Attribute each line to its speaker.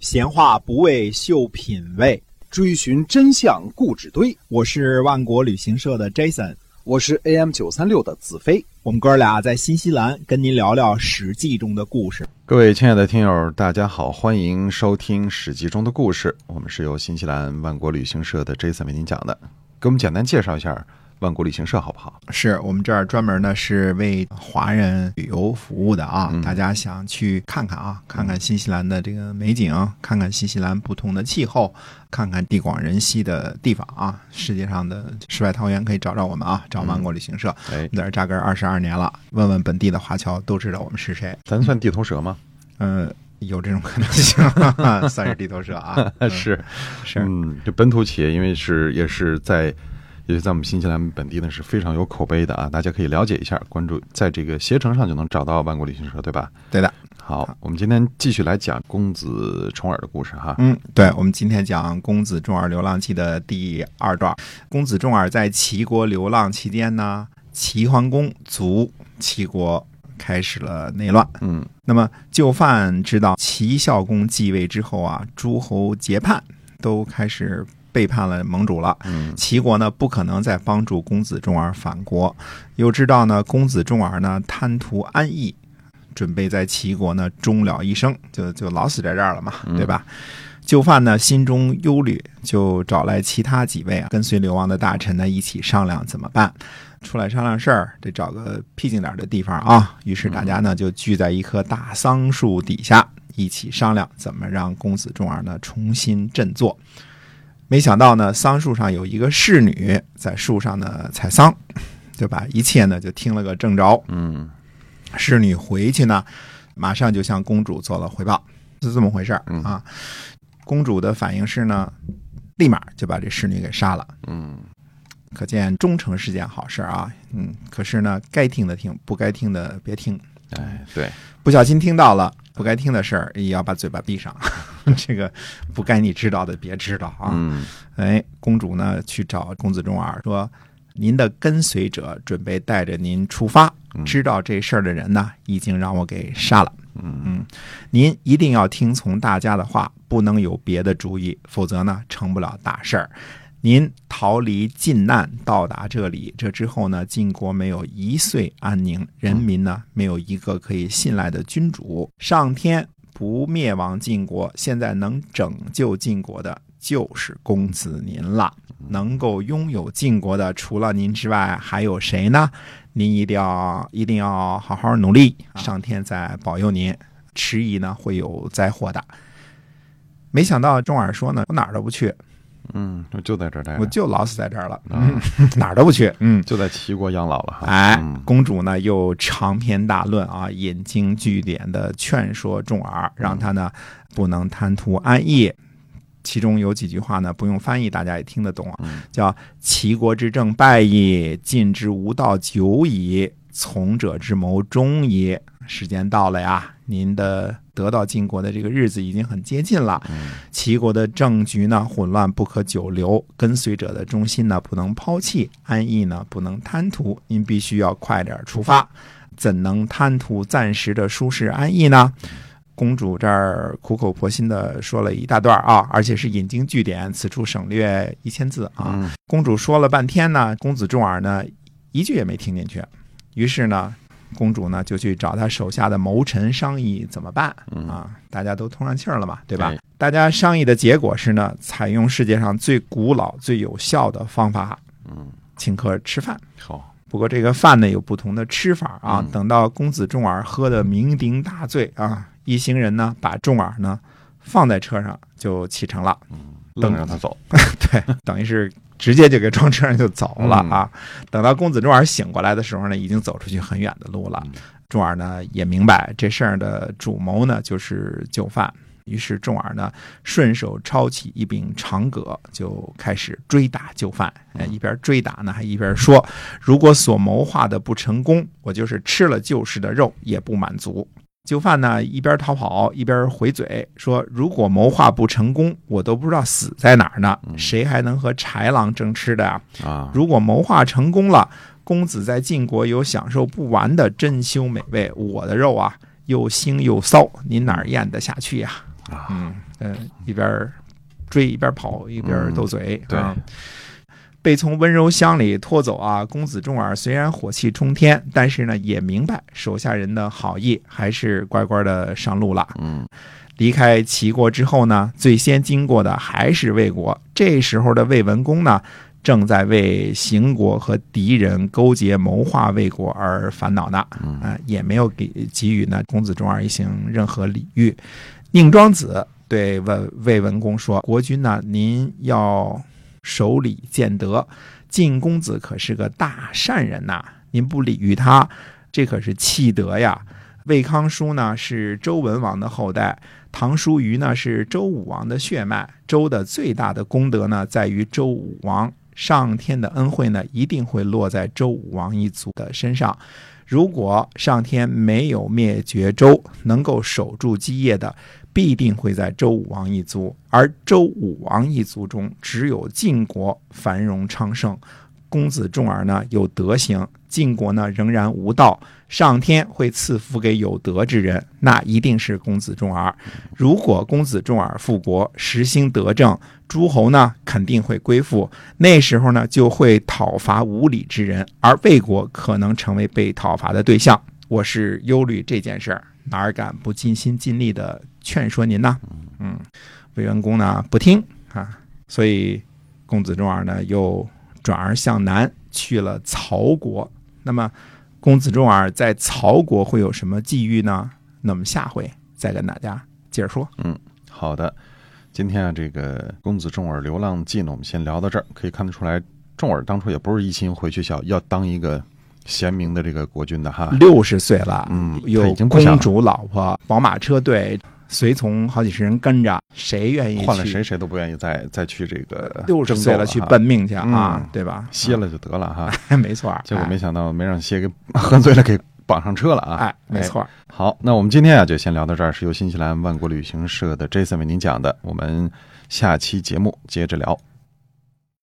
Speaker 1: 闲话不为秀品味，
Speaker 2: 追寻真相故纸堆。
Speaker 1: 我是万国旅行社的 Jason，
Speaker 2: 我是 AM 九三六的子飞。
Speaker 1: 我们哥俩在新西兰跟您聊聊《史记》中的故事。
Speaker 3: 各位亲爱的听友，大家好，欢迎收听《史记》中的故事。我们是由新西兰万国旅行社的 Jason 为您讲的，给我们简单介绍一下万国旅行社好不好？
Speaker 1: 是我们这儿专门呢是为华人旅游服务的啊，
Speaker 3: 嗯
Speaker 1: 大家想去看看啊，看看新西兰的这个美景，看看新西兰不同的气候，看看地广人稀的地方啊，世界上的世外桃源可以找找我们啊，找万国旅行社，我
Speaker 3: 哎
Speaker 1: 们，在这儿扎根二十二年了，问问本地的华侨都知道我们是谁，
Speaker 3: 咱算地头蛇 吗？
Speaker 1: 嗯、有这种可能性， 算是地头蛇啊，嗯
Speaker 3: 呃是
Speaker 1: 是，
Speaker 3: 嗯，这本土企业因为是也是在，也是在我们新西兰本地呢是非常有口碑的啊，大家可以了解一下，关注在这个携程上就能找到万国旅行社，对吧？
Speaker 1: 对的。
Speaker 3: 好，我们今天继续来讲公子重耳的故事哈。
Speaker 1: 嗯，对，我们今天讲《公子重耳流浪记》的第二段。公子重耳在齐国流浪期间呢，齐桓公卒，齐国开始了内乱。
Speaker 3: 嗯，
Speaker 1: 那么就范知道齐孝公继位之后啊，诸侯结叛，都开始背叛了盟主了。
Speaker 3: 嗯
Speaker 1: 齐国呢不可能再帮助公子重耳反国，又知道呢公子重耳呢贪图安逸，准备在齐国呢终了一生，就就老死在这儿了嘛，
Speaker 3: 嗯
Speaker 1: 对吧？就范呢心中忧虑，就找来其他几位啊跟随流亡的大臣呢一起商量怎么办。出来商量事儿，得找个僻静点儿的地方啊。于是大家呢就聚在一棵大桑树底下，一起商量怎么让公子重耳呢重新振作。没想到呢，桑树上有一个侍女在树上呢采桑，就把一切呢就听了个正着。
Speaker 3: 嗯
Speaker 1: 侍女回去呢，马上就向公主做了汇报，是这么回事儿
Speaker 3: 嗯
Speaker 1: 啊。公主的反应是呢，立马就把这侍女给杀了。
Speaker 3: 嗯，
Speaker 1: 可见忠诚是件好事儿啊。嗯，可是呢，该听的听，不该听的别听。
Speaker 3: 哎，对，
Speaker 1: 不小心听到了不该听的事儿，也要把嘴巴闭上。 这个不该你知道的别知道啊。
Speaker 3: 嗯
Speaker 1: 哎，公主呢去找公子重耳说：“您的跟随者准备带着您出发，知道这事儿的人呢，已经让我给杀了。嗯您一定要听从大家的话，不能有别的主意，否则呢，成不了大事儿。”您逃离靖难，到达这里，这之后呢，晋国没有一岁安宁，人民呢没有一个可以信赖的君主。上天不灭亡晋国，现在能拯救晋国的就是公子您了。能够拥有晋国的，除了您之外，还有谁呢？您一定要一定要好好努力，上天在保佑您，迟疑呢会有灾祸的。没想到重耳说呢，我哪儿都不去，
Speaker 3: 嗯，我就在这儿待着，
Speaker 1: 我就老死在这儿了，
Speaker 3: 嗯
Speaker 1: 哪儿都不去。嗯，
Speaker 3: 就在齐国养老了哈。
Speaker 1: 哎
Speaker 3: 嗯，
Speaker 1: 公主呢又长篇大论啊，引经据典的劝说重耳，让他呢不能贪图安逸。其中有几句话呢，不用翻译，大家也听得懂啊，
Speaker 3: 嗯
Speaker 1: 叫“齐国之政败矣，晋之无道久矣，从者之谋忠矣”。时间到了呀，您的得到晋国的这个日子已经很接近了。齐国的政局呢混乱不可久留，跟随者的忠心呢不能抛弃，安逸呢不能贪图，您必须要快点出发，怎能贪图暂时的舒适安逸呢？公主这儿苦口婆心的说了一大段啊，而且是引经据典，此处省略一千字啊。
Speaker 3: 嗯
Speaker 1: 公主说了半天呢，公子重耳呢一句也没听进去，于是呢，公主呢就去找她手下的谋臣商议怎么办
Speaker 3: 嗯
Speaker 1: 啊，大家都通上气儿了嘛，对吧
Speaker 3: 哎？
Speaker 1: 大家商议的结果是呢，采用世界上最古老、最有效的方法，
Speaker 3: 嗯，
Speaker 1: 请客吃饭。
Speaker 3: 好，
Speaker 1: 不过这个饭呢有不同的吃法啊。
Speaker 3: 嗯
Speaker 1: 等到公子重耳喝得酩酊大醉啊，一行人呢把重耳呢放在车上就启程了。
Speaker 3: 愣让他走。
Speaker 1: 对，等于是直接就给装车上就走了啊。等到公子重耳醒过来的时候呢，已经走出去很远的路了
Speaker 3: 嗯。
Speaker 1: 重耳呢也明白这事儿的主谋呢就是就范，于是重耳呢顺手抄起一柄长戈，就开始追打就范。哎，一边追打呢，还一边说：“如果所谋划的不成功，我就是吃了旧时的肉也不满足。”就范呢一边逃跑一边回嘴说：“如果谋划不成功，我都不知道死在哪儿呢，谁还能和豺狼争吃的啊？
Speaker 3: 啊，
Speaker 1: 如果谋划成功了，公子在晋国有享受不完的珍馐美味，我的肉啊又腥又骚，您哪儿咽得下去呀、
Speaker 3: 啊
Speaker 1: 嗯，呃，一边追一边跑，一边斗嘴。
Speaker 3: 对
Speaker 1: 啊被从温柔乡里拖走啊，公子重耳虽然火气冲天，但是呢，也明白手下人的好意，还是乖乖的上路了。
Speaker 3: 嗯
Speaker 1: 离开齐国之后呢，最先经过的还是魏国。这时候的魏文公呢，正在为邢国和敌人勾结谋划魏国而烦恼呢。
Speaker 3: 嗯
Speaker 1: 啊，也没有给给予呢公子重耳一行任何礼遇。宁庄子对魏魏文公说：“国君呢，您要守礼见德。晋公子可是个大善人呐、您不礼遇他，这可是弃德呀。”魏康叔呢是周文王的后代，唐叔虞呢是周武王的血脉。周的最大的功德呢，在于周武王。上天的恩惠呢，一定会落在周武王一族的身上。如果上天没有灭绝周，能够守住基业的，必定会在周武王一族。而周武王一族中，只有晋国繁荣昌盛，公子重耳呢有德行，晋国呢仍然无道，上天会赐福给有德之人，那一定是公子重耳。如果公子重耳复国，实行德政，诸侯呢肯定会归附，那时候呢就会讨伐无礼之人，而魏国可能成为被讨伐的对象。我是忧虑这件事儿，哪儿敢不尽心尽力的劝说您呢？嗯，魏文公呢不听啊，所以公子重耳呢又转而向南去了曹国。那么公子重耳在曹国会有什么际遇呢？那么下回再跟大家接着说。
Speaker 3: 好的，今天啊，这个公子重耳流浪记呢，我们先聊到这儿。可以看得出来，重耳当初也不是一心回去想要当一个贤明的这个国君的哈。
Speaker 1: 六十岁了，
Speaker 3: 啊嗯他
Speaker 1: 有
Speaker 3: 已经不想
Speaker 1: 公主、老婆、宝马车队、随从好几十人跟着，谁愿意去
Speaker 3: 换了谁？谁都不愿意再再去这个
Speaker 1: 六十
Speaker 3: 争
Speaker 1: 岁
Speaker 3: 斗了
Speaker 1: 去
Speaker 3: 哈
Speaker 1: 奔命去啊，
Speaker 3: 嗯
Speaker 1: 对吧？
Speaker 3: 歇了就得了哈。
Speaker 1: 哎， 没错儿，
Speaker 3: 结果没想到没让歇给 喝醉了给绑上车了啊！
Speaker 1: 哎，哎没错儿，
Speaker 3: 好，那我们今天啊就先聊到这儿，是由新西兰万国旅行社的 Jason 为您讲的，我们下期节目接着聊，拜拜。